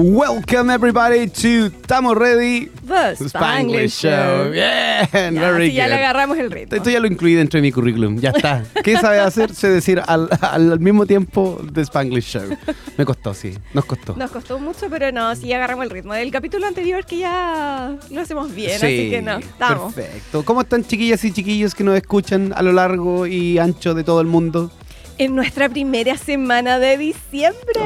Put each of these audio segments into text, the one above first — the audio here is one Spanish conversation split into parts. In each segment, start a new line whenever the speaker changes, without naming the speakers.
Welcome everybody to Tamo Ready
The Spanglish Show.
Bien,
Ya,
very
eh. Ah, sí, ya
good.
le agarramos el ritmo.
Esto ya lo incluí dentro de mi currículum, ya está. ¿Qué sabe hacerse decir al, al- al mismo tiempo The Spanglish Show? Me costó, sí, nos costó.
Nos costó mucho, pero no, sí agarramos el ritmo. Del capítulo anterior que ya lo hacemos bien,
Sí,
así que no, estamos.
Perfecto. ¿Cómo están chiquillas y chiquillos que nos escuchan a lo largo y ancho de todo el mundo?
En nuestra primera semana de diciembre.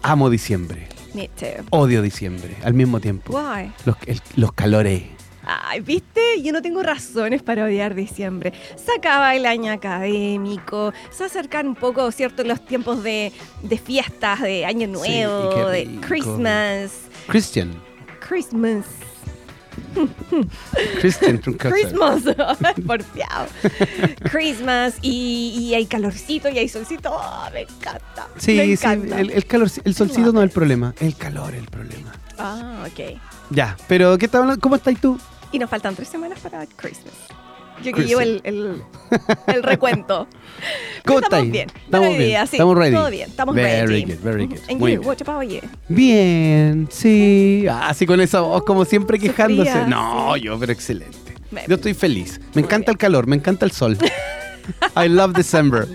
Amo diciembre,
Me too.
odio diciembre al mismo tiempo.
Why?
Los, el- los calores.
Ay, viste, yo no tengo razones para odiar diciembre. Se acaba el año académico, se acercan un poco, ¿cierto?, los tiempos de, de fiestas, de Año Nuevo,
qué
de
rico.
Christmas.
Christian,
Christmas.
Christian Truncaza.
Christmas, porfiado. Christmas y, y hay calorcito y hay solcito. Oh, me encanta. me
Sí, sí,
encanta.
el, el calor, el solcito
Lo
no es el
ames.
problema, el calor es el problema.
Ah, ok.
Ya, pero ¿qué tal? ¿Cómo estás tú?
Y nos faltan tres semanas para Christmas. Yo que
Christmas.
llevo el, el, el recuento. Pero
¿Cómo estáis?
estamos bien.
Estamos
Buena
bien,
idea, sí,
estamos ready.
Todo bien, estamos
Very
ready.
good, very good.
And
Muy
you,
bien.
what about you?
Bien, sí. Ah, Así con esa voz, como siempre
Sofía,
quejándose. No, yo, pero excelente.
Me-
Yo estoy feliz. Me
Muy
encanta
bien.
el calor, me encanta el sol. I love December.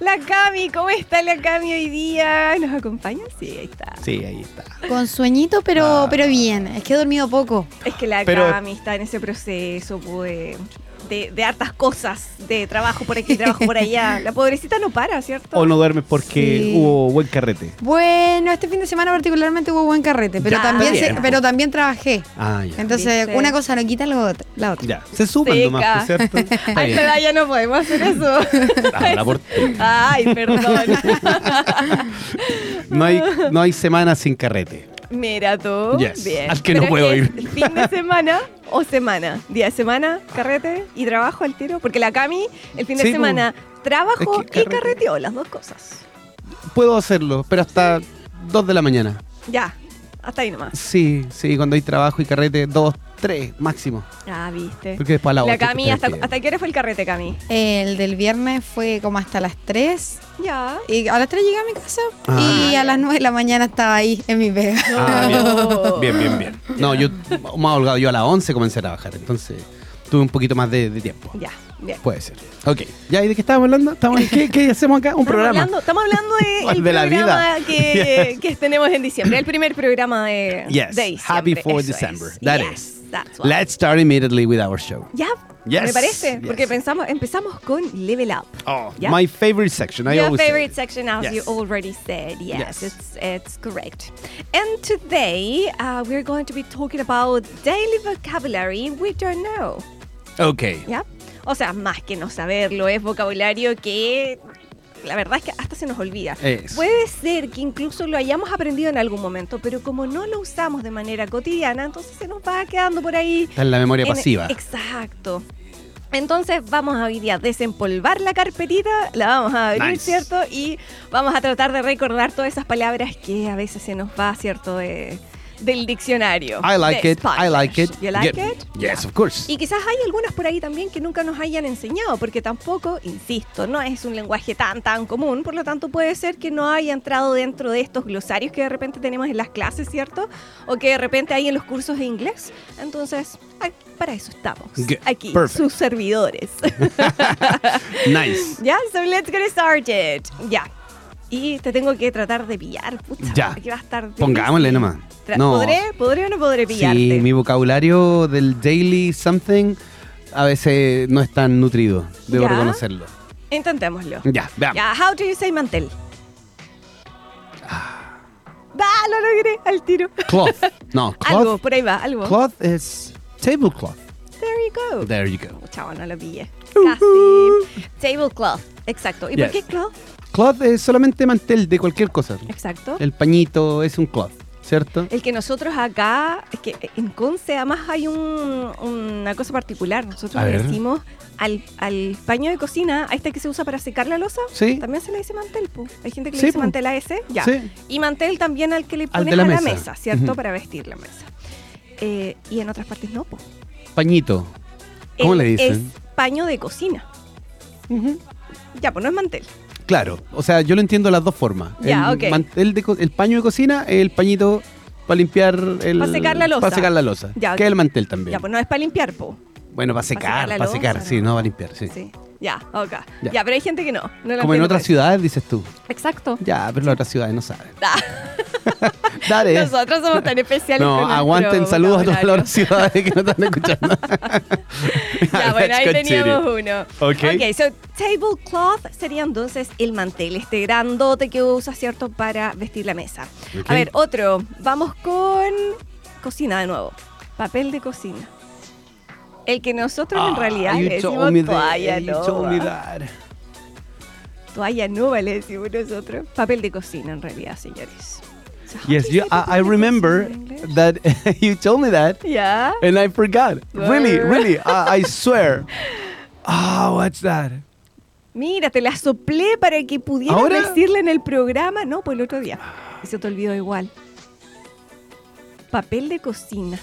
La Cami, ¿cómo está la Cami hoy día? ¿Nos acompaña? Sí, ahí está.
Sí, ahí está.
Con sueñito, pero,
Ah.
pero bien. Es que he dormido poco.
Es que la
Pero-
Cami está en ese proceso pues, de, de hartas cosas, de trabajo por aquí, trabajo por allá. La pobrecita no para, ¿cierto?
O no duermes porque
Sí.
hubo buen carrete.
Bueno, este fin de semana particularmente hubo buen carrete, pero
Ya,
también
bien.
se- pero también trabajé.
Ah, ya.
Entonces,
¿Viste?
una cosa no quita lo ot- la otra.
Ya, se suman
Seca.
nomás, ¿no es ¿cierto? Está
A esta
bien. Ah,
edad ya no podemos hacer eso.
Habla por ti.
Ay, perdón.
No hay, no hay semana sin carrete.
Mira tú.
Yes,
Bien.
al que no
Pero es
puedo ir.
es Fin de semana o semana. Día de semana, carrete y trabajo al tiro. Porque la Cami, el fin de
Sí, po.
semana, trabajo
Es que
y
carrete.
carreteó las dos cosas.
Puedo hacerlo, pero hasta 2 de la mañana.
Ya. Hasta ahí nomás.
Sí, sí, cuando hay trabajo y carrete, 2, 3 máximo.
Ah, viste.
Porque después a la
La
otra
Cami,
te
¿hasta,
quedas
¿hasta qué hora fue el carrete, Cami?
El del viernes fue como hasta las 3.
Ya.
Y a las 3 llegué a mi casa
Ah.
y a las 9 de la mañana estaba ahí en mi pega.
Ah,
Oh.
bien, bien, bien. No, yo más holgado, yo a las 11 comencé a trabajar, entonces tuve un poquito más de, de tiempo.
Ya, bien.
Puede ser. Ok, ¿ya y de qué estábamos hablando? ¿Estamos en qué, qué hacemos acá? Un
Estamos
programa.
Hablando, estamos hablando de, el
De la
programa
vida.
Que, que tenemos en diciembre, el primer programa de,
Yes,
de diciembre.
happy for
eso
December.
es.
That
Yes,
is.
that's what.
Let's start immediately with our show.
Ya,
Yes,
me parece,
yes.
porque pensamos, empezamos con Level Up.
Oh,
Yeah.
my favorite section. I
Your
always say
favorite
it.
section, as you
Yes.
already said. Yes,
Yes.
It's, it's correct. And today uh, we're going to be talking about daily vocabulary we don't know.
Okay.
¿ya? O sea, más que no saberlo, es vocabulario que la verdad es que hasta se nos olvida.
Es.
Puede ser que incluso lo hayamos aprendido en algún momento, pero como no lo usamos de manera cotidiana, entonces se nos va quedando por ahí.
Está en la memoria
en-
pasiva.
Exacto. Entonces vamos a hoy día a desempolvar la carpetita, la vamos a abrir,
Nice.
¿cierto? Y vamos a tratar de recordar todas esas palabras que a veces se nos va, ¿cierto? De- del diccionario.
I like
de
it. I like it.
Spanglish. You like
Yeah.
it?
Yes, of course.
Y quizás hay algunas por ahí también que nunca nos hayan enseñado, porque tampoco, insisto, no es un lenguaje tan, tan común, por lo tanto puede ser que no haya entrado dentro de estos glosarios que de repente tenemos en las clases, ¿cierto? O que de repente hay en los cursos de inglés. Entonces, ay, para eso estamos.
Good.
Aquí,
Perfect.
sus servidores.
Nice.
ya, so let's get started. Ya. Y te tengo que tratar de pillar, puta.
Ya.
porque va a estar difícil.
Pongámosle nomás.
Tra-
No.
¿Podré, ¿Podré o no podré pillarte?
Sí, mi vocabulario del daily something a veces no es tan nutrido, debo
Ya.
reconocerlo.
Intentémoslo.
Ya, veamos.
Ya, how do you say mantel? Ah, lo logré al tiro.
Cloth. No,
Algo,
cloth.
por ahí va, algo.
Cloth is tablecloth.
There you go.
There you go.
Chavo, no lo pillé. Casi. Tablecloth. Exacto. ¿Y por qué
Yes.
cloth?
Cloth es solamente mantel de cualquier cosa.
Exacto. El,
El pañito es un cloth, ¿cierto?
que nosotros acá, es que en Conce además hay un- una cosa particular. Nosotros
A
le
ver.
decimos al, al paño de cocina, a este que se usa para secar la losa,
Sí.
también se le dice mantel. po. Hay gente que le
Sí,
dice
po.
mantel a ese. Ya.
Sí.
Y mantel también al que le
Al
pones
de la
a la
mesa.
mesa, ¿cierto?
Ujú.
Para vestir la mesa. Eh, y en otras partes no, po.
Pañito. ¿Cómo
El-
le dicen?
Es paño de cocina. Ya, pues no es mantel.
Claro, o sea, yo lo entiendo de las dos formas.
Ya,
el,
ok.
mantel de co- el paño de cocina es el pañito para limpiar el.
Pa' secar la loza.
Para secar la losa.
Ya,
Que
ok.
es el mantel también.
Ya, pues no es para limpiar, po.
bueno, para
secar
secar,
la
para
loza,
secar,
¿no?
sí, no va a limpiar, sí.
Sí. Ya, ok. Ya.
Ya.
pero hay gente que no. no lo
Como en
entiende
otras
por eso.
ciudades, dices tú.
Exacto.
Ya, pero las otras ciudades no saben.
Ah,
Dale.
Nosotros somos tan especiales. con
No,
nuestro
aguanten saludos a todas las
vocabulario.
otras ciudades que no están escuchando.
Ya, bueno, ahí
Let's
teníamos
continue.
uno.
Ok.
Ok, so tablecloth sería entonces el mantel, este grandote que usa, ¿cierto?, para vestir la mesa.
Ok.
A ver, otro. Vamos con cocina de nuevo. Papel de cocina. El que nosotros en realidad
Ah,
le
you
decimos
told me that,
toalla Ah.
you told me
nueva.
that.
Toalla nueva le decimos nosotros. Papel de cocina en realidad, señores. So, how
Yes,
do you
you,
say papel de
I, I
cocina
remember
in English?
that you told me that.
Yeah.
And I forgot. Really,
Brr.
really. I, I swear. Ah, what's that?
Mira, te la soplé para que pudieras
¿Ahora?
decirle en el programa. No, pues el otro día. Y se te olvidó igual. Papel de cocina.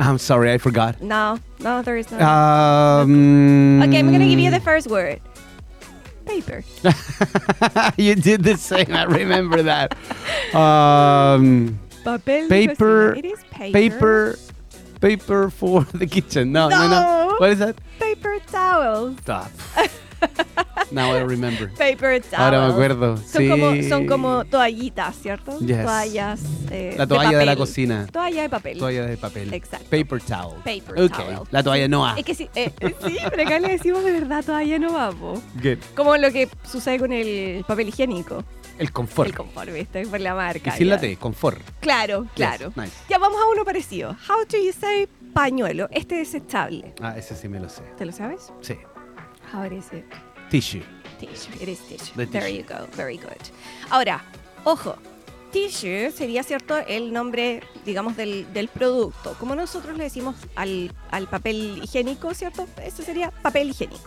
I'm sorry, I forgot.
No, no, there is no.
Ah, Um,
okay, I'm gonna give you the first word. Paper.
you did the same. I remember that. Um,
Papel de
paper,
cocina. It is paper.
paper, paper for the kitchen. No, no, no.
No.
What is that?
Paper towels.
Stop. now I remember.
Paper towels.
Ahora me acuerdo.
Son,
sí.
como, son como toallitas, ¿cierto?
Yes.
Toallas. eh,
La toalla de la
papel.
cocina.
Toalla de papel.
Toalla de papel.
Exacto.
Paper towel.
Paper
okay.
towel.
La toalla no ha.
Es que sí, eh, sí, pero acá le decimos de verdad toalla no vamos.
Good.
Como lo que sucede con el papel higiénico.
El confort.
El confort, ¿viste? Por la marca.
Y sin la
ya.
T, confort.
Claro, claro.
nice.
Ya vamos a uno parecido. How do you say pañuelo? Este desechable.
Ah, ese sí me lo sé.
¿Te lo sabes?
Sí.
How is it?
Tissue.
Tissue. It is tissue.
The
There
tissue.
you go. Very good. Ahora, ojo. Tissue sería, ¿cierto?, el nombre, digamos, del, del producto. Como nosotros le decimos al, al papel higiénico, ¿cierto? Ese sería papel higiénico.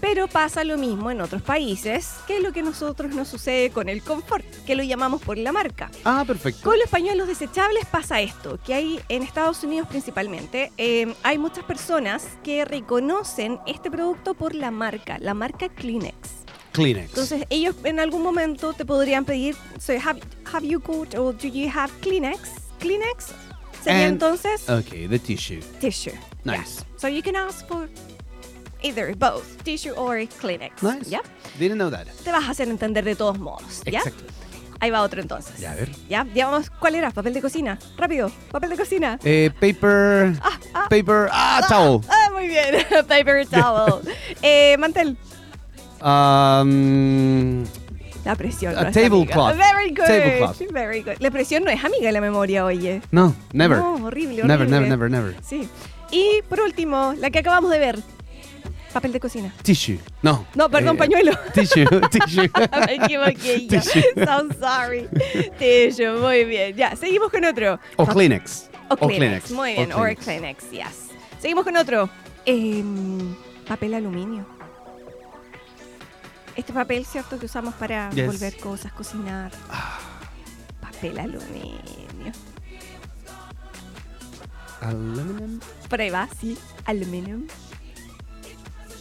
Pero pasa lo mismo en otros países, que es lo que a nosotros nos sucede con el confort, que lo llamamos por la marca.
Ah, perfecto.
Con los pañuelos desechables pasa esto, que hay en Estados Unidos principalmente, eh, hay muchas personas que reconocen este producto por la marca, la marca Kleenex.
Kleenex.
Entonces ellos en algún momento te podrían pedir, so, have, have you got or do you have Kleenex? Kleenex sería
And-
entonces
ok, the tissue.
tissue.
Nice.
Yeah. So you can ask for either, both, tissue or Kleenex.
Nice.
¿ya?
Didn't know that.
Te vas a hacer entender de todos modos. ¿ya?
Exacto.
Ahí va otro entonces.
Ya, a ver.
Ya, ya vamos. ¿Cuál era? Papel de cocina. Rápido. Papel de cocina.
Eh, paper.
Ah, ah,
Paper. Ah, towel.
ah, muy bien. Paper towel. Eh, mantel.
Um,
La presión.
A
no es amiga.
tablecloth.
Very good.
Tablecloth.
Very good. La presión no es amiga de la memoria, oye.
no, never.
No, horrible, eh. horrible.
never, never, never, never.
Sí. Y por último, la que acabamos de ver. Papel de cocina.
Tissue. No.
No, perdón,
Eh,
pañuelo.
Tissue, tissue.
Me equivoqué yo. So sorry. Tissue, muy bien. Ya, seguimos con otro.
o Kleenex.
O Kleenex. Muy bien,
O
or Kleenex, yes. Seguimos con otro. Em, papel aluminio. Este papel, ¿cierto? Que usamos para
Yes. Ah.
volver cosas, cocinar. Papel aluminio.
Aluminum
Por ahí va, sí. Aluminio.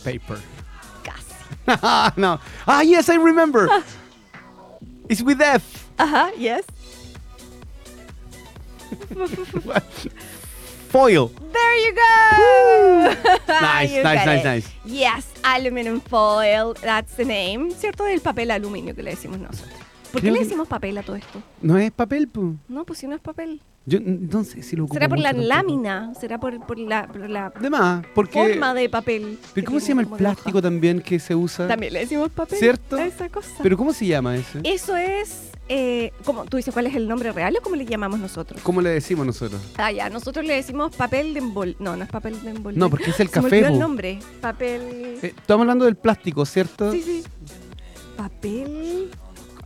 paper.
Casi.
no. Ah, yes, I remember. It's with F.
Ajá, yes.
Foil.
There you go.
Nice,
You
nice,
got
nice,
it.
nice.
Yes, aluminum foil. That's the name, ¿cierto? Del papel aluminio que le decimos nosotros. ¿Por qué
Creo
le
que-
decimos papel a todo esto?
No es papel, pu.
No, pues si no es papel.
Yo n- no sé si lo ocupo
¿Será por
mucho
la
tampoco.
lámina? ¿Será por, por la, por la
De más, porque.
forma de papel? que
pero ¿cómo se
tiene
llama el
como de hoja?
plástico también que se usa?
También le decimos papel.
¿Cierto?
a esa cosa.
Pero ¿cómo se llama ese?
Eso es. Eh, ¿cómo? ¿Tú dices cuál es el nombre real o cómo le llamamos nosotros?
¿Cómo le decimos nosotros?
Ah, ya, nosotros le decimos papel de envol... No, no es papel de envolver.
No, porque es el
Se me
café,
olvidó el
bu.
nombre. Papel.
Eh, estamos hablando del plástico, ¿cierto?
Sí, sí. Papel.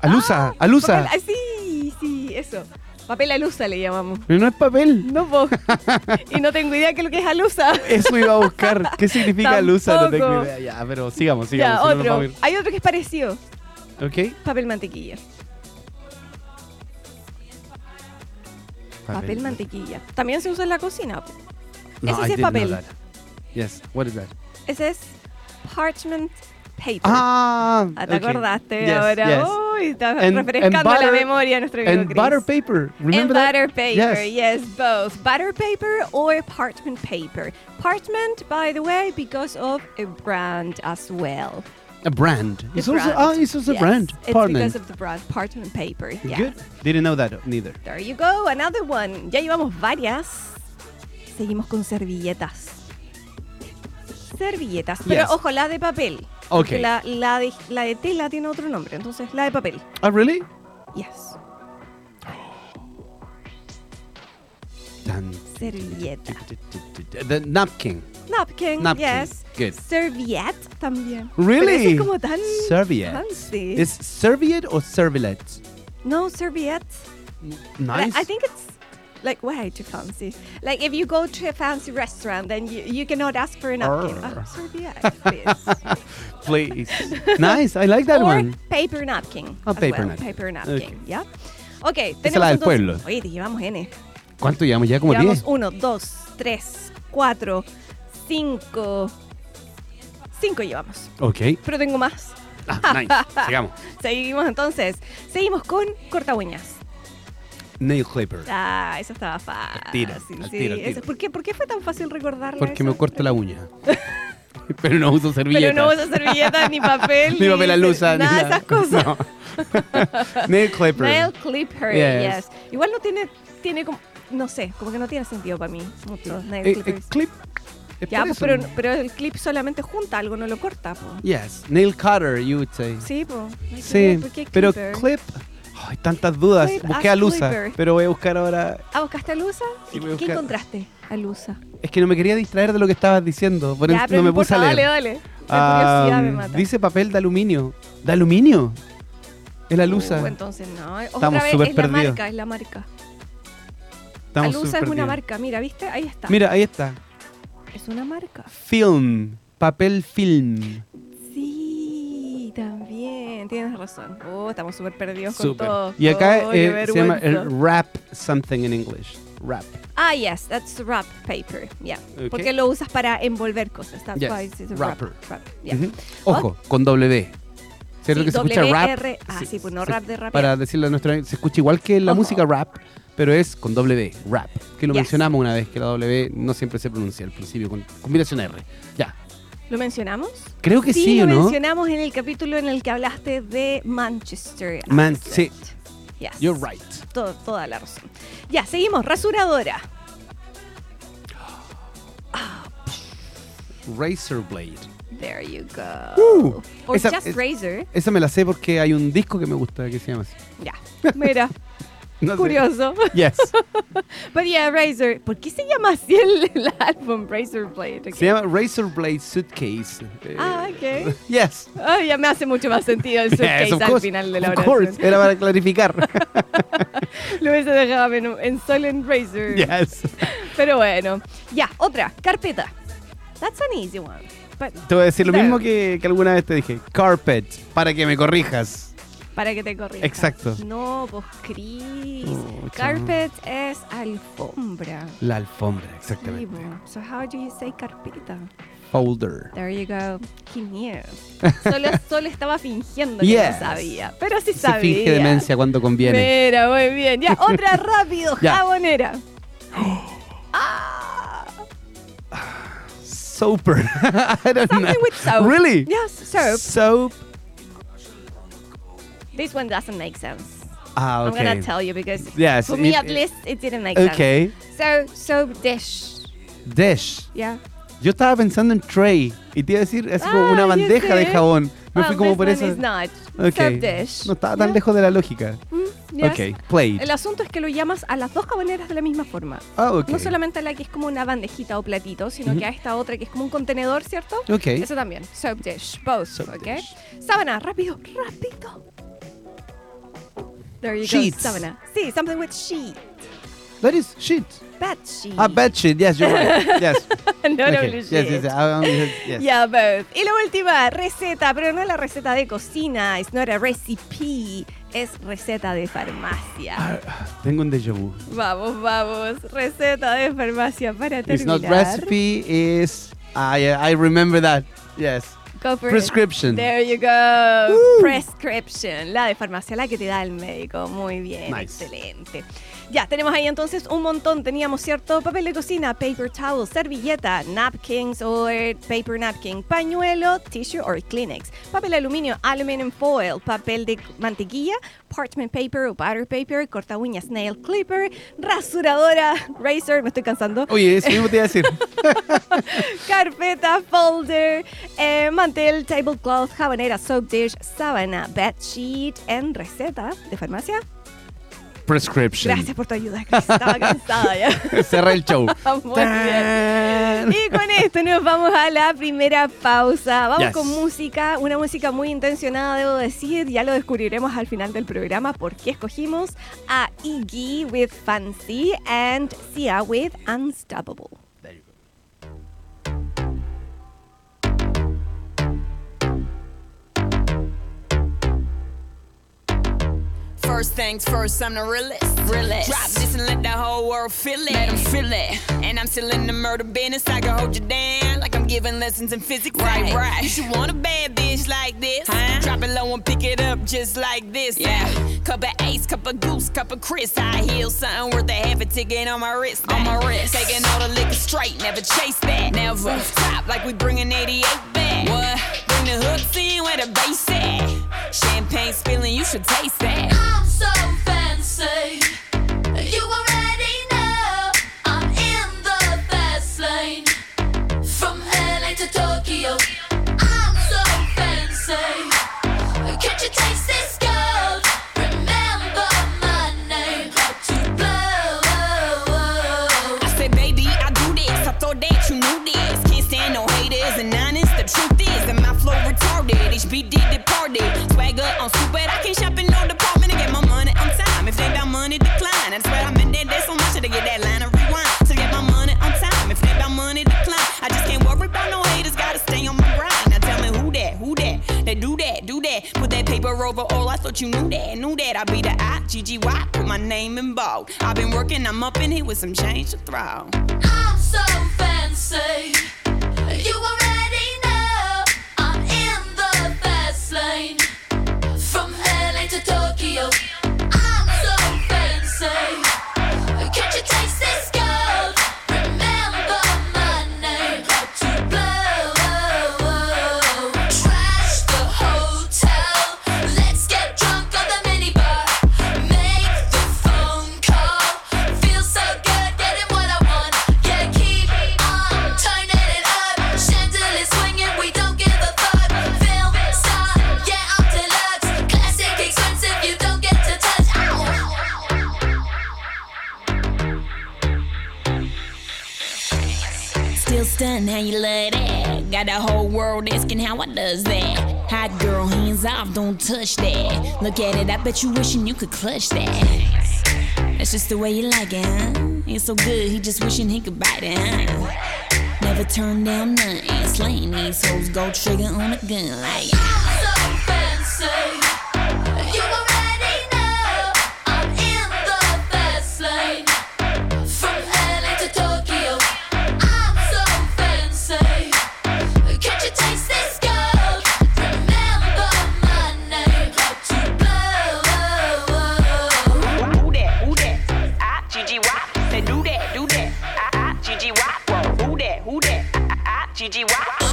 Alusa, alusa.
Papel- ah, sí, sí, eso. Papel alusa le llamamos.
Pero no es papel.
No, po. y no tengo idea qué es lo que es alusa.
Eso iba a buscar. ¿Qué significa alusa? No tengo
Tampoco.
idea. Ya, pero sigamos, sigamos.
Ya,
si no nos
otro.
vamos
Hay otro que es parecido.
a ir. ¿Ok?
Papel mantequilla. Papel, mantequilla. También se usa en la cocina. po.
No,
Ese
I
sí es
didn't know
papel.
that. Yes, what is that?
Ese es parchment Hater.
Ah,
Ah, ¿Te
okay.
acordaste
Yes,
ahora?
yes.
Uy, está
And-
refrescando
and
la
butter-
memoria de nuestro amigo
And
Chris.
butter paper.
And
Remember that?
butter paper,
Yes.
yes. both. Butter paper or parchment paper. Parchment, by the way, because of a brand as well.
A brand. It's
The
also
brand.
ah, it's also
Yes,
brand.
It's
Parchment.
because of the brand, parchment paper. Yeah.
Good. Didn't know that neither.
There you go, another one. Ya llevamos varias. Seguimos con servilletas. Servilletas, pero
Yes.
ojo, la de papel.
Ok.
Porque La, la, de, la de tela tiene otro nombre, entonces la de papel.
Oh, really?
Yes.
Dun.
Servilleta.
The napkin.
Napkin,
Napkin.
yes.
Good.
Serviette también. Pero eso
Really?
es como tan
Serviette.
fancy.
Is serviette or serviette?
no, serviette. But
Nice.
I think it's like way too fancy. Like if you go to a fancy restaurant, then you, you cannot ask for a napkin.
Arr.
Oh, serviette, please.
Please. nice. I like that
or
one.
paper napkin.
Ah,
as
paper
well.
napkin.
Paper napkin,
Ok.
¿ya? Ok, tenemos
la del
entonces-
pueblo.
Oye, te llevamos N.
¿Cuánto llevamos ya? Como
llevamos
10.
1, 2, 3, 4, 5. 5 llevamos.
Ok.
Pero tengo más.
Ah, nice. Sigamos.
Seguimos entonces. Seguimos con corta uñas.
Nail clipper.
Ah, eso estaba fácil.
tiro, al
sí,
tiro, al
eso-
tiro.
¿por, qué, por qué fue tan fácil recordarla?
Porque
esa?
me corto la uña. Pero no uso
Pero
servilletas.
no usa servilletas, ni papel,
Ni papel alusa, ni
nada de
nada.
esas cosas.
No. Nail clipper.
Nail clipper, yes.
Yes.
Igual no tiene, tiene como, no sé, como que no tiene sentido para mí. Mucho, nail
Eh, eh,
clippers.
clip. Es
ya,
por
pues,
eso.
pero, pero el clip solamente junta algo, no lo corta. po.
Yes. Nail cutter, you would say.
Sí, po. Hay que
Sí,
ver por qué
pero
clipper.
clip. Hay tantas dudas.
Clip
Busqué
as
a Lusa,
clipper.
pero voy a buscar ahora.
Ah, ¿buscaste a Lusa?
Sí,
¿Y
voy
¿Qué
a buscar.
encontraste a Lusa?
Es que no me quería distraer de lo que estabas diciendo, por
Ya,
eso
pero
no me
importa,
puse a leer.
Dale, dale. La
Ah,
curiosidad me mata.
dice papel de aluminio. ¿De aluminio? Es la Lusa.
Uh, entonces no. Otra
Estamos
vez
súper
es la
perdidos.
marca, es la marca.
Estamos
Alusa
súper
es una
perdidos.
marca, mira, ¿viste? Ahí está.
Mira, ahí está.
Es una marca.
Film. Papel film.
Sí, también. Tienes razón. Oh, estamos súper perdidos con
Súper.
todo.
Y acá
Oh, qué
eh, se llama
vergüenza.
el wrap something en English. Wrap.
Ah, yes, that's wrap paper. Yeah.
Ok.
Porque lo usas para envolver cosas. That's
Yes,
why it's a wrap.
wrapper.
wrap, yeah.
Ujú. Ojo, con W. ¿Cierto
Sí,
que se escucha rap?
WR. Ah, sí, pues no,
se-
rap de rapear.
Para decirlo a nuestro se escucha igual que la
Ojo.
música rap, pero es con W, rap. Que lo
Yes.
mencionamos una vez, que la W no siempre se pronuncia al principio, con combinación R. Ya.
¿Lo mencionamos?
Creo que sí,
lo
¿o no?
mencionamos en el capítulo en el que hablaste de Manchester.
Man-
accent.
sí.
Yes.
You're right.
To- toda la razón. Ya, seguimos. Rasuradora.
Razor Blade.
There you go.
Uh,
Or
esa-
just
es-
razor.
Esa me la sé porque hay un disco que me gusta que se llama así.
Ya. Mira,
No sé.
curioso.
Yes.
But yeah, Razor. ¿Por qué se llama así el, el álbum Razor Blade? Ok.
Se llama Razor Blade Suitcase. Eh,
Ah, ok.
Yes.
Ah, ya me hace mucho más sentido el suitcase
Yes, of
al
course,
final de la
of
oración.
course. Era para clarificar.
Lo hubiese dejado en, en Solen Razor.
yes.
Pero bueno. Ya, otra. Carpeta. That's an easy one. But
Te voy a decir lo
Claro.
mismo que, que alguna vez te dije. Carpet, para que me corrijas.
para que te corrija.
Exacto.
No, vos, Cris.
Pucha.
Carpet es alfombra.
La alfombra,
Sí, pues.
exactamente.
vos. So how do you say carpeta?
Folder.
There you go. Qué miedo. Solo, solo estaba fingiendo que
Yes.
no sabía. Pero sí
Se
sabía.
finge demencia cuando conviene.
Mira, muy bien. Ya, otra rápido,
Ya.
jabonera. Ah,
Soaper. I don't know.
something with soap.
Really?
Yes, soap.
Soap.
This one doesn't make sense.
Ah,
I'm gonna
okay.
tell you because
Yes,
for me
it-
at
it-
least it didn't make
Okay.
sense. So soap dish.
Dish.
Yeah.
Yo estaba pensando en tray y te iba a decir así como
Ah,
una
ya
bandeja de
sé.
jabón. Me
Well,
fui como
this
por
one
eso.
is not.
Ok.
Soap dish.
No estaba tan
Yeah.
lejos de la lógica.
Mm, yes.
Ok, plate.
El asunto es que lo llamas a las dos jaboneras de la misma forma.
Ah, ok.
No solamente a la que es como una bandejita o platito, sino
Ujú.
que a esta otra que es como un contenedor, ¿cierto?
Ok.
Eso también. Soap dish. Both.
Soap
ok.
dish.
Sábana, rápido, rápido. There you
Sheets.
go. Sábana. Sí, something with sheet.
That is shit.
Bed sheet.
Ah, bad shit. Yes, you're right. Yes.
no, no,
Okay.
blue
Yes,
sheet.
yes, yes. I only had- yes.
Yeah, both. Y la última, receta, pero no la receta de cocina, es no era recipe, es receta de farmacia.
Tengo un déjà vu.
Vamos, vamos, receta de farmacia para terminar.
It's not recipe, is I I remember that. Yes.
Go for it.
Prescription.
There you go.
Woo.
Prescription. La de farmacia, la que te da el médico. Muy bien.
Nice.
Excelente. Ya, tenemos ahí entonces un montón. Teníamos, ¿cierto? Papel de cocina, paper towel, servilleta, napkins o paper napkin, pañuelo, tissue or Kleenex, papel de aluminio, aluminum foil, papel de mantequilla, parchment paper o butter paper, corta uñas, nail clipper, rasuradora, razor, me estoy cansando,
Oye, eso mismo te iba a decir.
carpeta, folder, eh, mantel, tablecloth, habanera, soap dish, sábana, bed sheet, en receta de farmacia.
Prescription.
Gracias por tu ayuda, Cris. Estaba cansada ya.
Cierra el show.
Muy bien. Y con esto nos vamos a la primera pausa. Vamos
Yes.
con música, una música muy intencionada, debo decir. Ya lo descubriremos al final del programa porque escogimos a Iggy with Fancy and Sia with Unstoppable.
First things first, I'm the realest. realest. Drop this and let the whole world feel it. Let 'em feel it. And I'm still in the murder business. I can hold you down like I'm giving lessons in physics. Right, right. You should want a bad bitch like this. Drop it low and pick it up just like this. Yeah. Cup of ace, cup of goose, cup of Chris. I heal something worth a half a ticket on my wrist. On my wrist. Taking all the liquor straight, never chase that. Never. Top like we bringing 88 back. What? Bring the hooks in where the bass at. Champagne spilling, you should taste that.
I'm so fancy. You already know I'm in the fast lane. From LA to Tokyo, I'm so fancy. Can't you taste this gold? Remember my name. How to blow.
I said, baby, I do this. I thought that you knew this. Can't stand no haters and honest. The truth is that my flow retarded. HBD departed. Swagger on super. I can't shop in no department to get my money on time. If they about money, decline. That's what I'm in there. There's so much to get that line of rewind. To get my money on time. If they about money, decline. I just can't worry about no haters. Gotta stay on my grind. Now tell me who that, who that. They do that, do that. Put that paper over all. I thought you knew that, knew that. I be the I, GGY. Put my name in bold. I've been working. I'm up in here with some change to throw.
I'm so fancy. You already know I'm in the fast lane. From LA to Tokyo, I'm so fancy. Can't you taste this gold? Remember my name. Got to blow. Trash the hotel. Let's get drunk on the minibar. Make the phone call. Feel so good getting what I want. Yeah, keep on turning it up. Chandelier swinging, we don't give a fuck. Film star, yeah, I'm deluxe. Classic, expensive, you don't get to touch.
Still stunned how you love that. Got the whole world asking how I does that. Hot girl, hands off, don't touch that. Look at it, I bet you wishing you could clutch that. That's just the way you like it, huh? It's so good, he just wishing he could bite it, huh? Never turn down nothing. Slaying these hoes, go trigger on a gun like.
I'm so fancy. You already know I'm in the fast lane. From LA to Tokyo, I'm so fancy. Can't you taste this gold? Remember my name. Got to blow.
Who that? Who that? I GG Wop. They do that, do that. I I GG Wop. Who that? Who that? I I GG Wop.
Blow.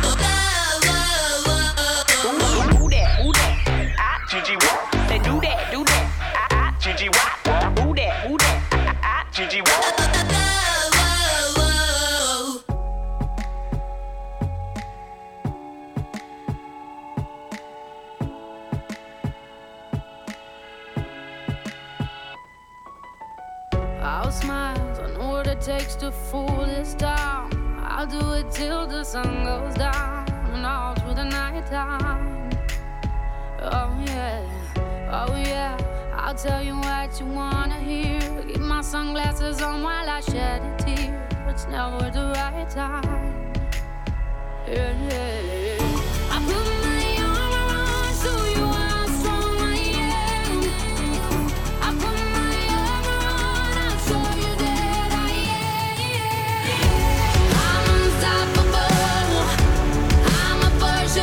Who that? Who that? I GG Wop. They do that, do that. I I GG Wop. Who that? Who that? I I GG Wop.
Blow.
I'll smile, I know what it takes to fool this town. I'll do it till the sun goes down and all through the night time. Oh yeah, oh yeah, I'll tell you what you wanna hear. Keep my sunglasses on while I shed a tear. It's never the right time. Yeah, yeah, yeah.
I put my arm around so you are strong I am. I put my arm around and show you that I am. I'm unstoppable. I'm a force of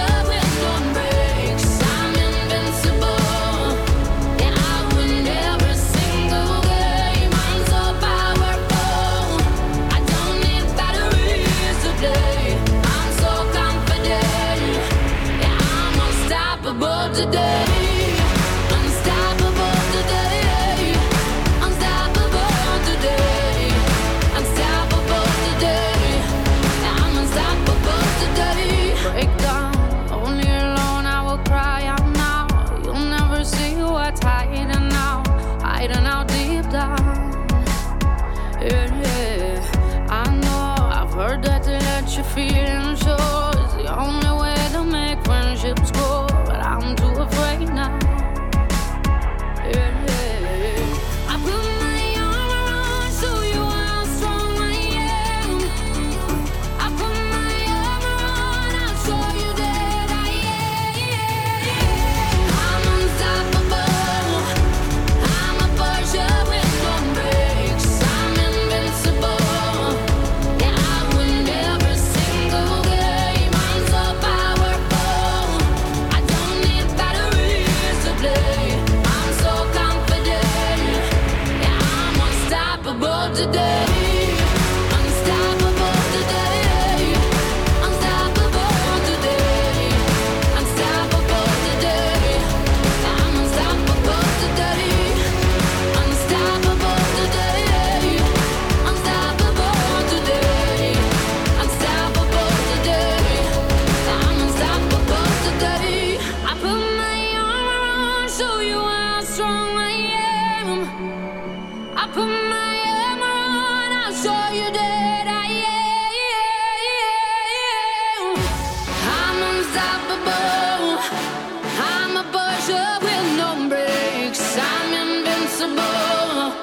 invisible.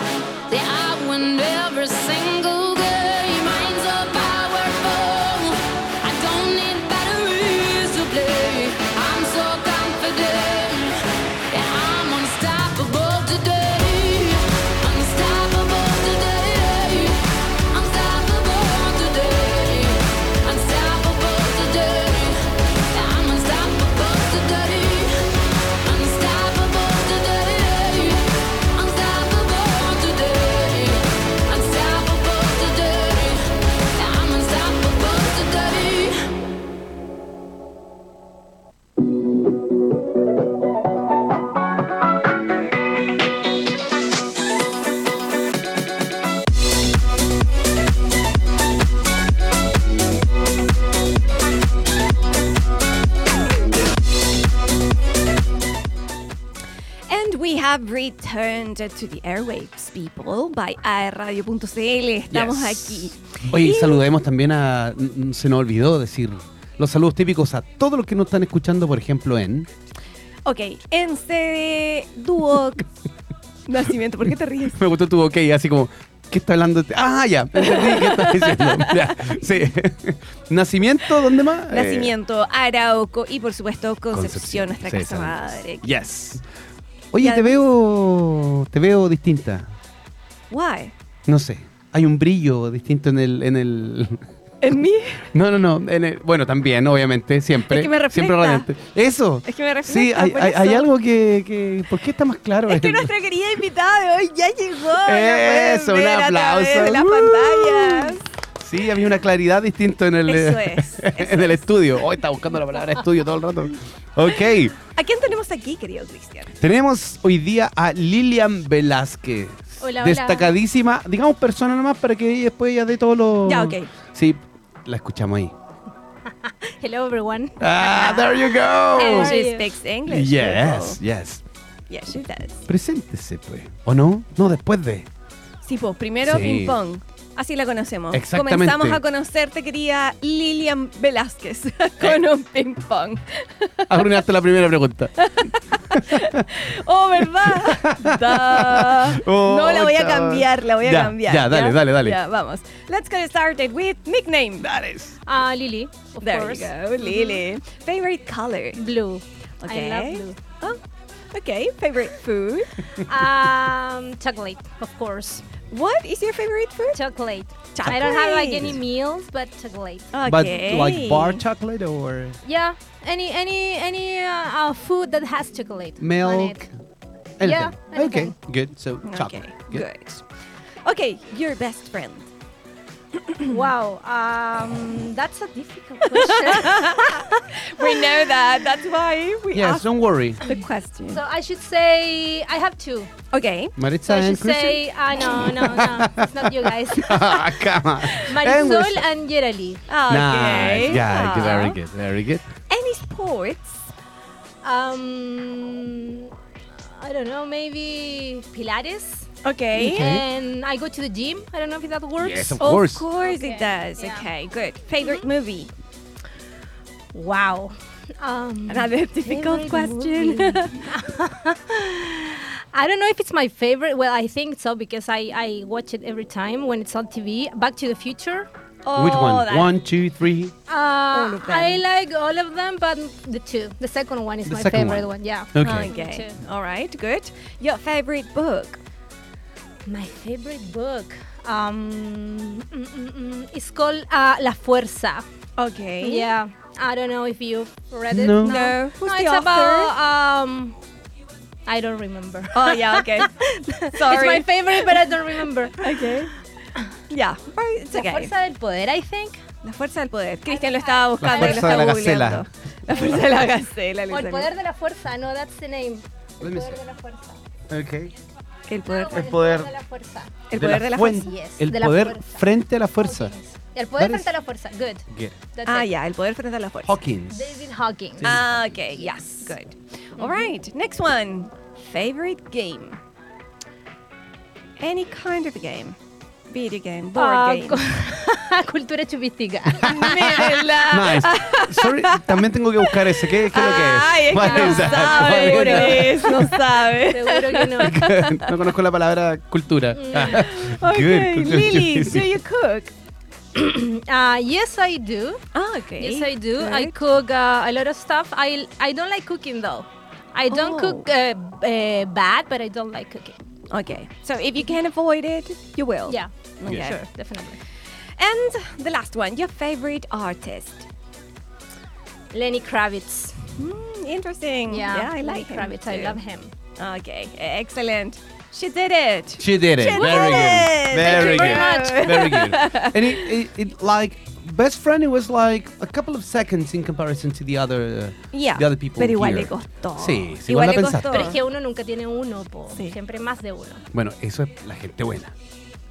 They outwind every single day. Minds are powerful. I don't need batteries to play. I'm so confident. Yeah, I'm unstoppable today. Unstoppable today. Unstoppable today. Unstoppable today. Yeah, I'm unstoppable today. Unstoppable today, unstoppable today, unstoppable today. I'm unstoppable today.
And we have returned to the airwaves, people, by aerradio.cl. Estamos aquí.
Oye, y
Y-
saludemos también a. n- n- Se nos olvidó decir los saludos típicos a todos los que nos están escuchando, por ejemplo, en.
Ok, en CD Duo Nacimiento, ¿por qué te ríes?
Me gustó tu ok, así como. ¿Qué está hablando? Ah, ya. Entendí qué estás diciendo. Ya, sí. ¿Nacimiento? ¿Dónde más? Eh,
Nacimiento, Arauco y por supuesto Concepción, nuestra
Sí,
casa
saludos.
madre.
Yes. Oye,
Ya.
te veo. Te veo distinta.
Why?
No sé. Hay un brillo distinto en el. En el
¿En mí?
no, no, no. en el- bueno, también, obviamente, siempre.
Es que me refleja.
Siempre radiante. Eso.
Es que me refleja.
Sí, hay,
por
hay-
eso.
hay algo que, que- ¿Por qué está más claro?
Es que nuestra querida invitada de hoy ya llegó. la pueden
Eso, un
ver a través
aplauso.
De las
¡Uh!
pantallas.
Sí, había una claridad distinta en el,
Eso es, eso
en el
es.
estudio. Hoy está buscando la palabra estudio todo el rato. Ok,
¿A quién tenemos aquí, querido Cristian?
tenemos hoy día a Lilian Velázquez.
Hola, hola.
destacadísima, digamos persona nomás para que ella después ella dé todos los...
Ya, ok.
Sí, la escuchamos ahí.
Hello everyone.
Ah, there you go.
And
are
she
you?
speaks English. people.
Yes, yes.
Yes, she does.
Preséntese pues. ¿O no? No, después de...
Sí, pues primero
Sí.
ping pong. Así la conocemos.
Exactamente.
Comenzamos a conocerte, querida Lilian Velázquez, con un ping pong.
Arruinaste la primera pregunta.
Oh, ¿verdad? Da.
Oh,
no la voy a
chaval.
cambiar, la voy a
Ya,
cambiar.
ya, dale, dale, dale.
Ya, vamos. Let's get started with nickname.
Ah, Lily, of
There
course. Mm-hmm.
you go, Lily. Favorite color.
Blue.
Okay.
I love blue.
Oh, okay. Favorite food.
Um, chocolate, of course.
What is your favorite food?
Chocolate. I don't have like any
Chocolate.
meals, but chocolate.
But
Okay.
like bar chocolate or
Yeah, any any any uh, uh, food that has chocolate. on
milk?
it. Yeah,
Okay.
anything.
Good. So chocolate.
Okay.
Good.
Good. Okay, your best friend.
wow, um, that's a difficult question.
We know that. That's why we
Yes, don't worry.
asked the question.
so I should say I have two.
okay.
So
Maritza
I
and
should
Christian.
say uh, no, no, no, it's not you guys.
Ah, Come on. And we're-
Marisol and Yerali.
Okay.
Nice. Yeah,
Ah.
very good. Very good.
Any sports?
Um, I don't know, maybe Pilates.
Okay.
Okay.
And I go to the gym. I don't know if that works.
Yes, of
Of course,
course.
it does.
yeah.
Okay, good. Favorite movie?
Wow. Um,
Another difficult
favorite
question.
movie. I don't know if it's my favorite. Well, I think so because I, I watch it every time when it's on TV. Back to the Future.
oh,
Which one?
that-
One, two, three.
Uh,
of them.
I like all of them, but the two. The second one is
The
my
second
favorite
one.
one. Yeah. Uh,
Okay.
Okay.
Two.
All right. Good. Your favorite book?
My favorite book um, mm, mm, mm, is called uh, La Fuerza.
Okay.
Yeah, I don't know if you read it.
No.
Mm-hmm. No. Who's
it's
the
about um, I don't remember.
Oh yeah. Okay. Sorry.
It's my favorite, but I don't remember.
okay. Yeah. all right, It's
La
okay.
Fuerza del Poder, I think.
La fuerza del poder. Cristian lo estaba buscando y lo
fuerza de
estaba
la gacela.
googleando. La fuerza de la gacela. le
O el
salió.
poder de la fuerza, no, that's the name.
Let
El
me
poder
see.
de la fuerza.
Okay.
El poder,
Ah, bueno, el
poder.
poder de la fuerza.
el poder de la fuerza.
fuerza. Yes,
El
de la
poder
fuerza.
frente a la fuerza.
Hawkins. El poder
That is-
frente a la fuerza. Good.
Good.
That's
Ah,
it.
yeah. El poder frente a la fuerza.
Hawkins.
David Hawkins.
Ah, okay. Yes. Good. All right. Next one. Favorite game? Any kind of game. Video game, board
Ah,
game.
cu- cultura chupística.
Mírenla.
Nice. Sorry, también tengo que buscar ese. ¿Qué, qué es lo que es?
Ay, es que no
Vanessa,
sabe,
Vanessa.
Boris, no sabe.
Seguro que no.
no conozco la palabra cultura.
Mm.
Ah.
Ok,
Good.
Lily, do you cook?
Uh, yes, I do.
Ah, okay.
Yes, I do. I
Good.
cook uh, a lot of stuff. I I don't like cooking though. I don't
Oh.
cook uh, b- uh, bad, but I don't like cooking.
Okay, so if you can avoid it, you will.
Yeah,
Oh. Okay.
sure, definitely.
And the last one, your favorite artist.
Lenny Kravitz.
Hmm, interesting.
Yeah,
I
Lenny
like him Uh-huh.
Kravitz. I
too.
love him.
Okay, excellent. She did it.
She did it.
She
very
did it.
good. Very
Thank you very
good. Very good. And it, it, it like best friend. It was like a couple of seconds in comparison to the other uh,
Yeah,
the other people.
pero igual
here.
le costó.
Sí, sí,
Igual
igual,
le
la pensaste.
costó.
Pero es que uno nunca tiene uno, po.
Sí.
siempre más de uno.
Bueno, eso es la gente buena.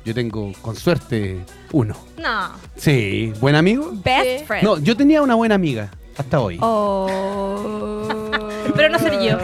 Yo tengo con suerte uno.
No.
Uh.
Sí, buen amigo.
Best
Sí.
friend.
No, yo tenía una buena amiga hasta hoy.
Oh.
Pero no ser yo.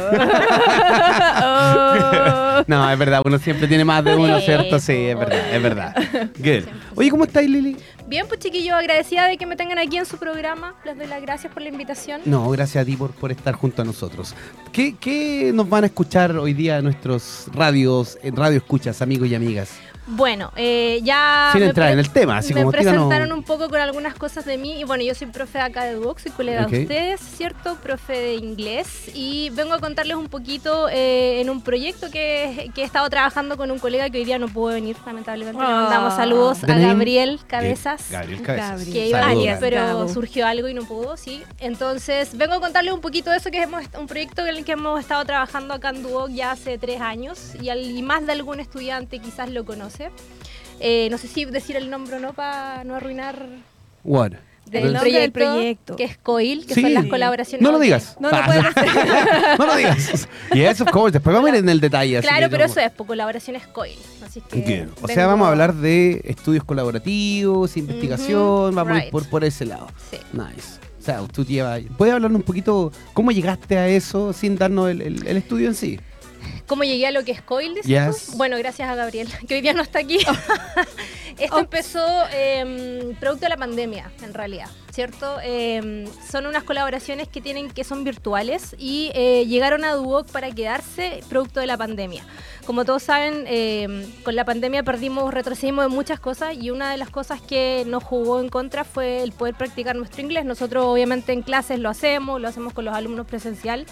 Oh.
No, es verdad, uno siempre tiene más de uno,
Sí,
¿cierto? Sí, es
po.
verdad, es verdad. Good. Oye, ¿cómo estáis, Lili?
Bien, pues chiquillos, agradecida de que me tengan aquí en su programa. Les doy las gracias por la invitación.
No, gracias a ti por, por estar junto a nosotros. ¿Qué, qué nos van a escuchar hoy día nuestros radios, en radio escuchas, amigos y amigas?
Bueno, eh, ya.
Sin
me
entrar
pre-
en el tema, así
me
como tíranos-
presentaron un poco con algunas cosas de mí. Y bueno, yo soy profe de acá de Duoc, soy colega
Ok.
de ustedes, ¿cierto? Profe de inglés. Y vengo a contarles un poquito eh, en un proyecto que, que he estado trabajando con un colega que hoy día no pudo venir, lamentablemente. Le
Ah.
mandamos saludos
The
a
name?
Gabriel Cabezas.
Gabriel Cabezas.
que iba a
Saludos,
venir,
Gabriel.
pero
Gabo.
surgió algo y no pudo, sí. Entonces, vengo a contarles un poquito de eso, que es hemos- un proyecto en el que hemos estado trabajando acá en Duoc ya hace tres años y, al- y más de algún estudiante quizás lo conoce. Eh, no sé si decir el nombre o no para no arruinar
What?
El nombre del proyecto.
que es COIL, que
Sí.
son las colaboraciones.
No lo digas.
No lo
Ah,
puedes
no lo digas. Yes, of course. Después vamos a ir en el detalle. así
Claro,
que
pero
vamos-
eso es, pues, colaboraciones COIL. Así que
Bien. O sea,
vengo-
vamos a hablar de estudios colaborativos, investigación, vamos a ir
right.
por, por ese lado.
Sí.
Nice. O sea, tú llevas... ¿Puedes hablarnos un poquito cómo llegaste a eso sin darnos el, el- el estudio en sí?
¿Cómo llegué a lo que es COIL? dices
Yes.
tú? Bueno, gracias a Gabriel, que hoy día no está aquí. Esto empezó eh, producto de la pandemia, en realidad, ¿cierto? Eh, son unas colaboraciones que tienen que son virtuales y eh, llegaron a Duoc para quedarse producto de la pandemia. Como todos saben, eh, con la pandemia perdimos, retrocedimos en muchas cosas y una de las cosas que nos jugó en contra fue el poder practicar nuestro inglés. Nosotros obviamente en clases lo hacemos, lo hacemos con los alumnos presencial,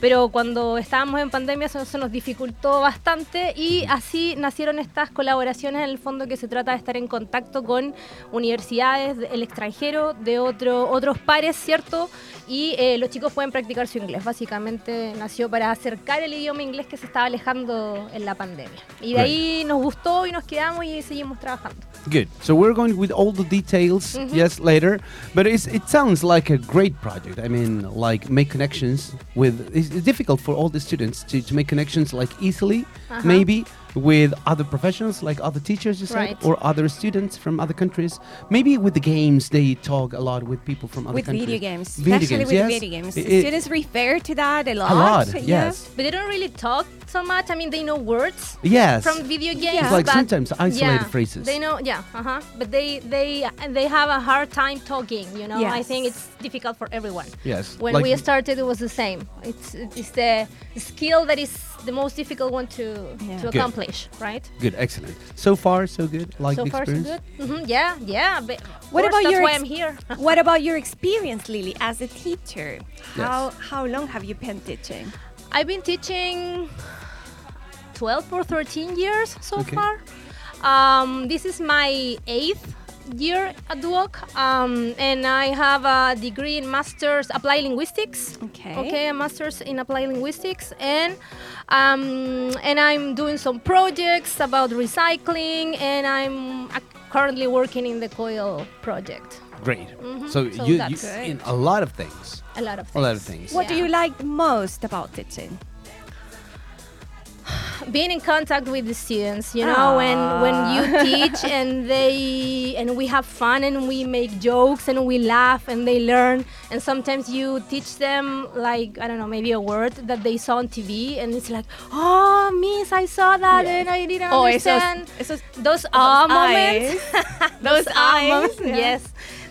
pero cuando estábamos en pandemia eso se nos dificultó bastante y así nacieron estas colaboraciones en el fondo que se trata de estar en contacto con universidades del extranjero, de otro, otros pares, ¿cierto? Y eh, los chicos pueden practicar su inglés. Básicamente nació para acercar el idioma inglés que se estaba alejando en la pandemia. Y de ahí nos gustó y nos quedamos y seguimos trabajando.
Good. So we're going with all the details, yes, later. But it's, it sounds like a great project. I mean, like make connections with. It's, it's difficult for all the students to, to make connections like easily, maybe with other professionals, like other teachers, you said,
Right.
or other students from other countries. Maybe with the games, they talk a lot with people from other
With
countries.
video games,
Video
especially
games,
with
yes.
video games.
I- i-
Students refer to that a lot.
a lot,
yeah.
yes.
But they don't really talk so much. I mean, they know words.
Yes.
from video games.
It's like
but-
sometimes isolated
yeah,
phrases.
They know, yeah, uh huh. But they they they have a hard time talking. You know, I think
Yes.
it's difficult for everyone.
Yes,
When
like-
we started, it was the same. It's it's the skill that is the most difficult one to
Yeah.
to
Good.
accomplish, right?
Good, excellent. So far, so good. Like
so
the
far, so
experience.
good. hmm yeah, yeah. But
What
what
about
about that's
your
why
ex-
I'm here.
What about your experience, Lily, as a teacher? How
Yes.
how long have you been teaching?
I've been teaching 12 or 13 years so
Okay.
far. Um, this is my eighth year at Duoc, um, and I have a degree in Master's Applied Linguistics.
Okay.
Okay, a Master's in Applied Linguistics, and um, and I'm doing some projects about recycling, and I'm ac- currently working in the Coil project.
Great. So,
so
you,
that's
you
great.
in a lot of things.
A lot of things.
A lot of things.
What do
Yeah.
you like most about teaching?
being in contact with the students you know when when
Ah.
you teach and they and we have fun and we make jokes and we laugh and they learn and sometimes you teach them like i don't know maybe a word that they saw on tv and it's like oh miss i saw that and i didn't
Oh, esos,
understand
esos
those ah moments
eyes.
those
Those
ah
eyes,
moments
yeah.
yes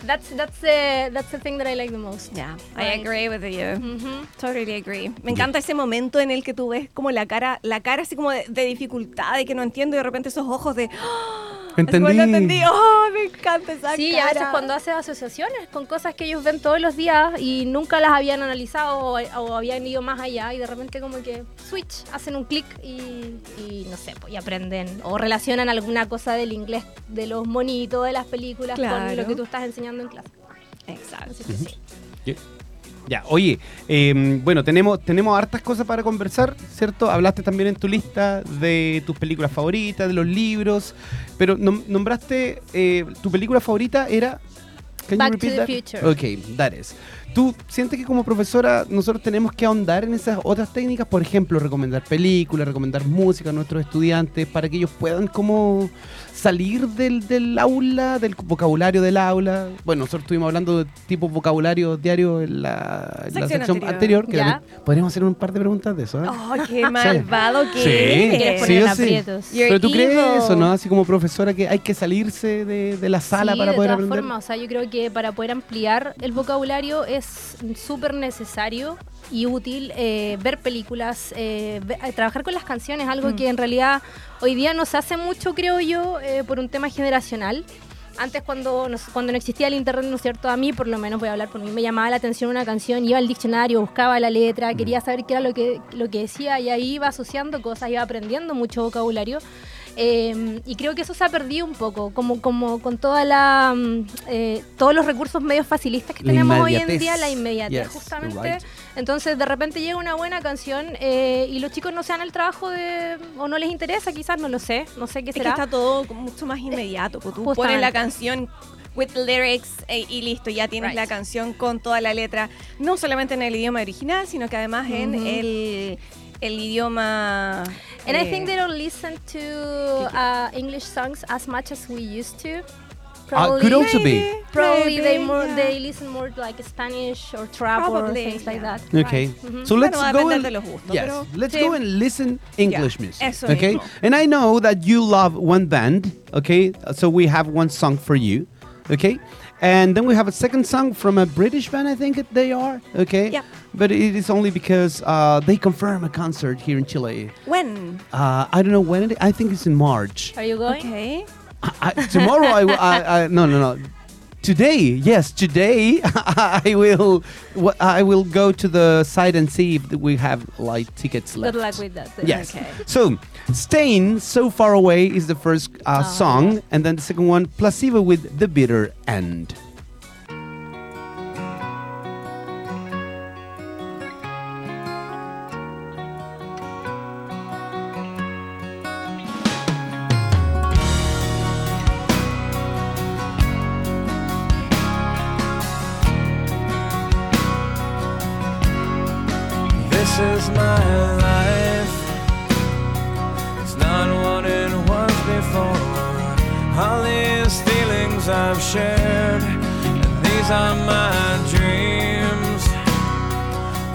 that's that's the that's the thing that i like the most
Yeah,
Right.
I agree with you.
Mhm.
Totally agree. Me encanta ese momento en el que tú ves como la cara, la cara así como de, de dificultad, de que no entiendo, y de repente esos ojos de. ¡Ah! Así como,
Entendí.
No entendí. ¡Oh, me encanta esa
Sí, y
cara!
a veces cuando haces asociaciones con cosas que ellos ven todos los días y nunca las habían analizado o, o habían ido más allá y de repente como que switch, hacen un clic y, y no sé, pues, y aprenden o relacionan alguna cosa del inglés, de los monitos, de las películas con
Claro.
lo que tú estás enseñando en clase.
Exacto.
Así que sí.
Ya, oye, eh, bueno, tenemos, tenemos hartas cosas para conversar, ¿cierto? Hablaste también en tu lista de tus películas favoritas, de los libros, pero nom- nombraste, eh, tu película favorita era... Can
Back to the
that?
Future.
Ok, that is. ¿Tú sientes que como profesora nosotros tenemos que ahondar en esas otras técnicas? Por ejemplo, recomendar películas, recomendar música a nuestros estudiantes para que ellos puedan como salir del, del aula, del vocabulario del aula. Bueno, nosotros estuvimos hablando de tipo vocabulario diario en la, en la
Sección
sección anterior.
anterior.
que
Ya.
también podríamos hacer un par de preguntas de eso. ¿eh?
¡Oh, qué malvado que
Sí.
Quieres
eres!
Sí,
poner
yo sé.
aprietos.
You're
Pero tú
evil.
crees eso, ¿no? Así como profesora que hay que salirse de, de la sala
Sí,
para
de
poder
todas
aprender.
formas, o sea, yo creo que para poder ampliar el vocabulario es súper necesario y útil eh, ver películas, eh, ve- eh, trabajar con las canciones, algo
Mm.
que en realidad hoy día nos hace mucho, creo yo, eh, por un tema generacional. Antes cuando, nos- cuando no existía el internet, ¿no es cierto? A mí, por lo menos voy a hablar por mí, me llamaba la atención una canción, iba al diccionario, buscaba la
Mm.
letra, quería saber qué era lo que, lo que decía y ahí iba asociando cosas, iba aprendiendo mucho vocabulario. Eh, y creo que eso se ha perdido un poco, como, como con toda la, mm, eh, todos los recursos medios facilistas que
La
tenemos hoy en
inmediatez.
día, la inmediatez,
Yes,
justamente.
you're right.
Entonces, de repente llega una buena canción eh, y los chicos no se dan el trabajo de, o no les interesa, quizás, no lo sé, no sé qué
Es que
será.
está todo como mucho más inmediato. pues tú
Justamente.
pones la canción with lyrics eh, y listo, ya tienes
Right.
la canción con toda la letra, no solamente en el idioma original, sino que además en
Ujú.
el, el idioma...
And I
eh,
think they don't listen to uh, English songs as much as we used to.
Ah, could also be.
probably they
Maybe,
more
yeah.
they listen more to, like Spanish or trap
Probably,
or things like
yeah.
that.
Okay.
Mhm.
So let's
Mm-hmm. Bueno, va a
go
depender
and,
de los gustos,
yes,
pero-
let's
Sí.
go and listen English
Yeah,
music.
eso
okay?
mismo.
And I know that you love one band, okay? So we have one song for you, okay? And then we have a second song from a British band, I think it- they are, okay?
Yep.
But it is only because uh, they confirm a concert here in Chile.
When?
Uh, I don't know when it. I think it's in March.
Are you going?
Okay.
I, I- tomorrow I, will- I, I no no no today yes today I will wha- I will go to the site and see if we have like tickets left.
Good luck with that.
Yes. So, Stain, So Far Away is the first uh,
Oh.
song, and then the second one, Placebo with The Bitter End.
This is my life. It's not what it was before. All these feelings I've shared, and these are my dreams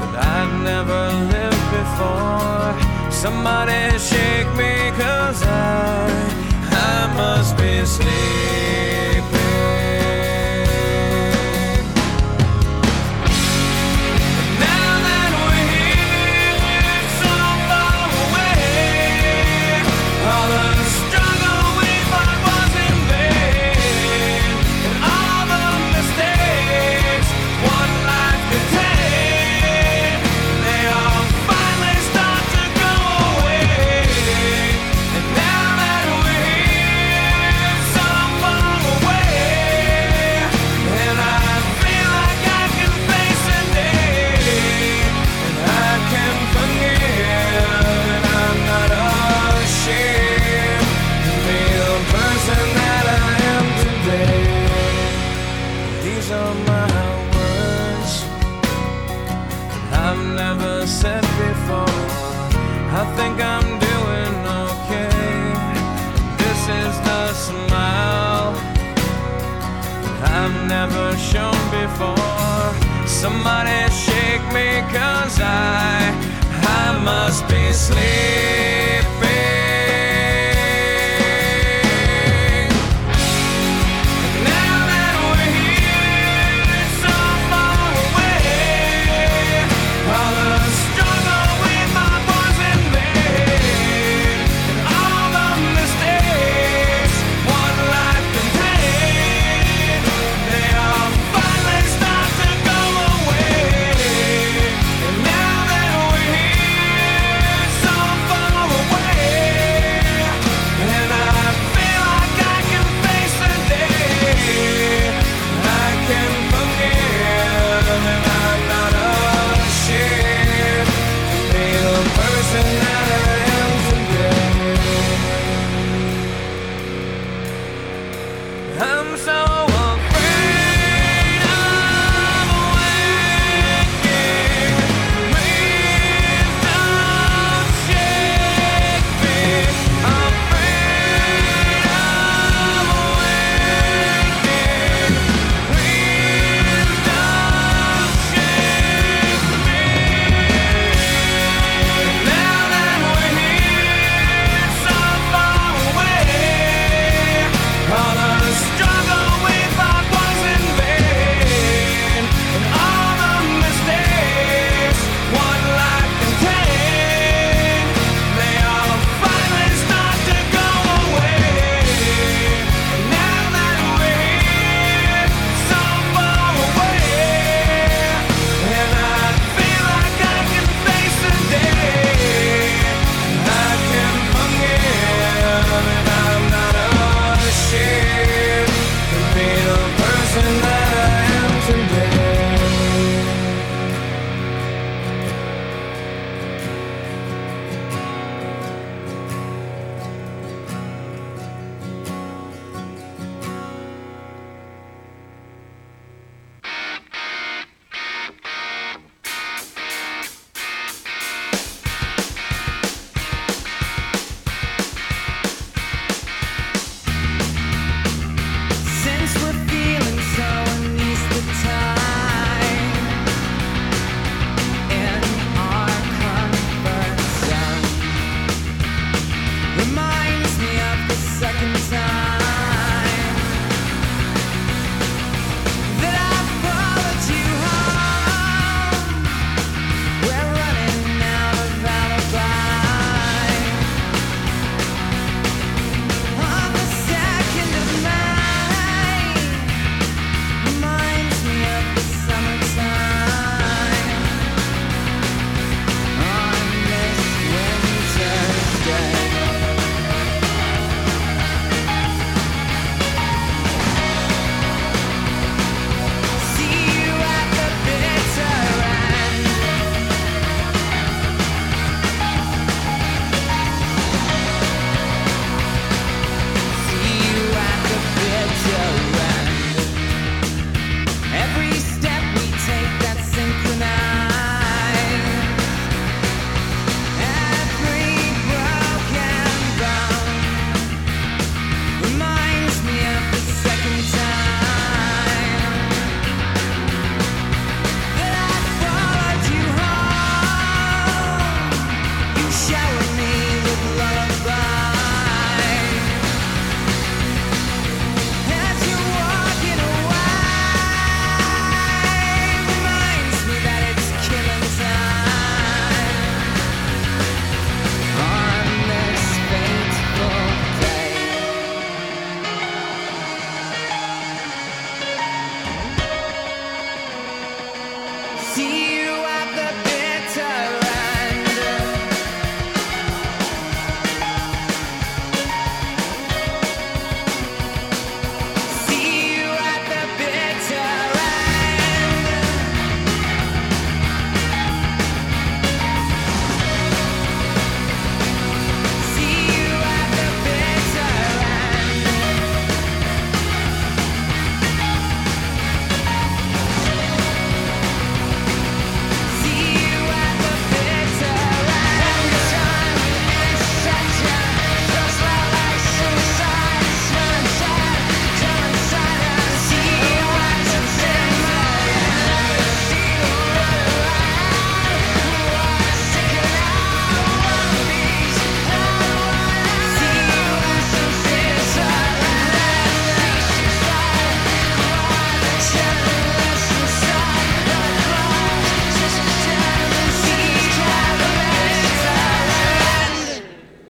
that I've never lived before. Somebody shake me, cause I, I must be sleeping. Now that we're here, so far away, all the struggle we fought was in vain, and all the mistakes one life could take, they all finally start to go away. Somebody shake me, cause I, I must be sleeping.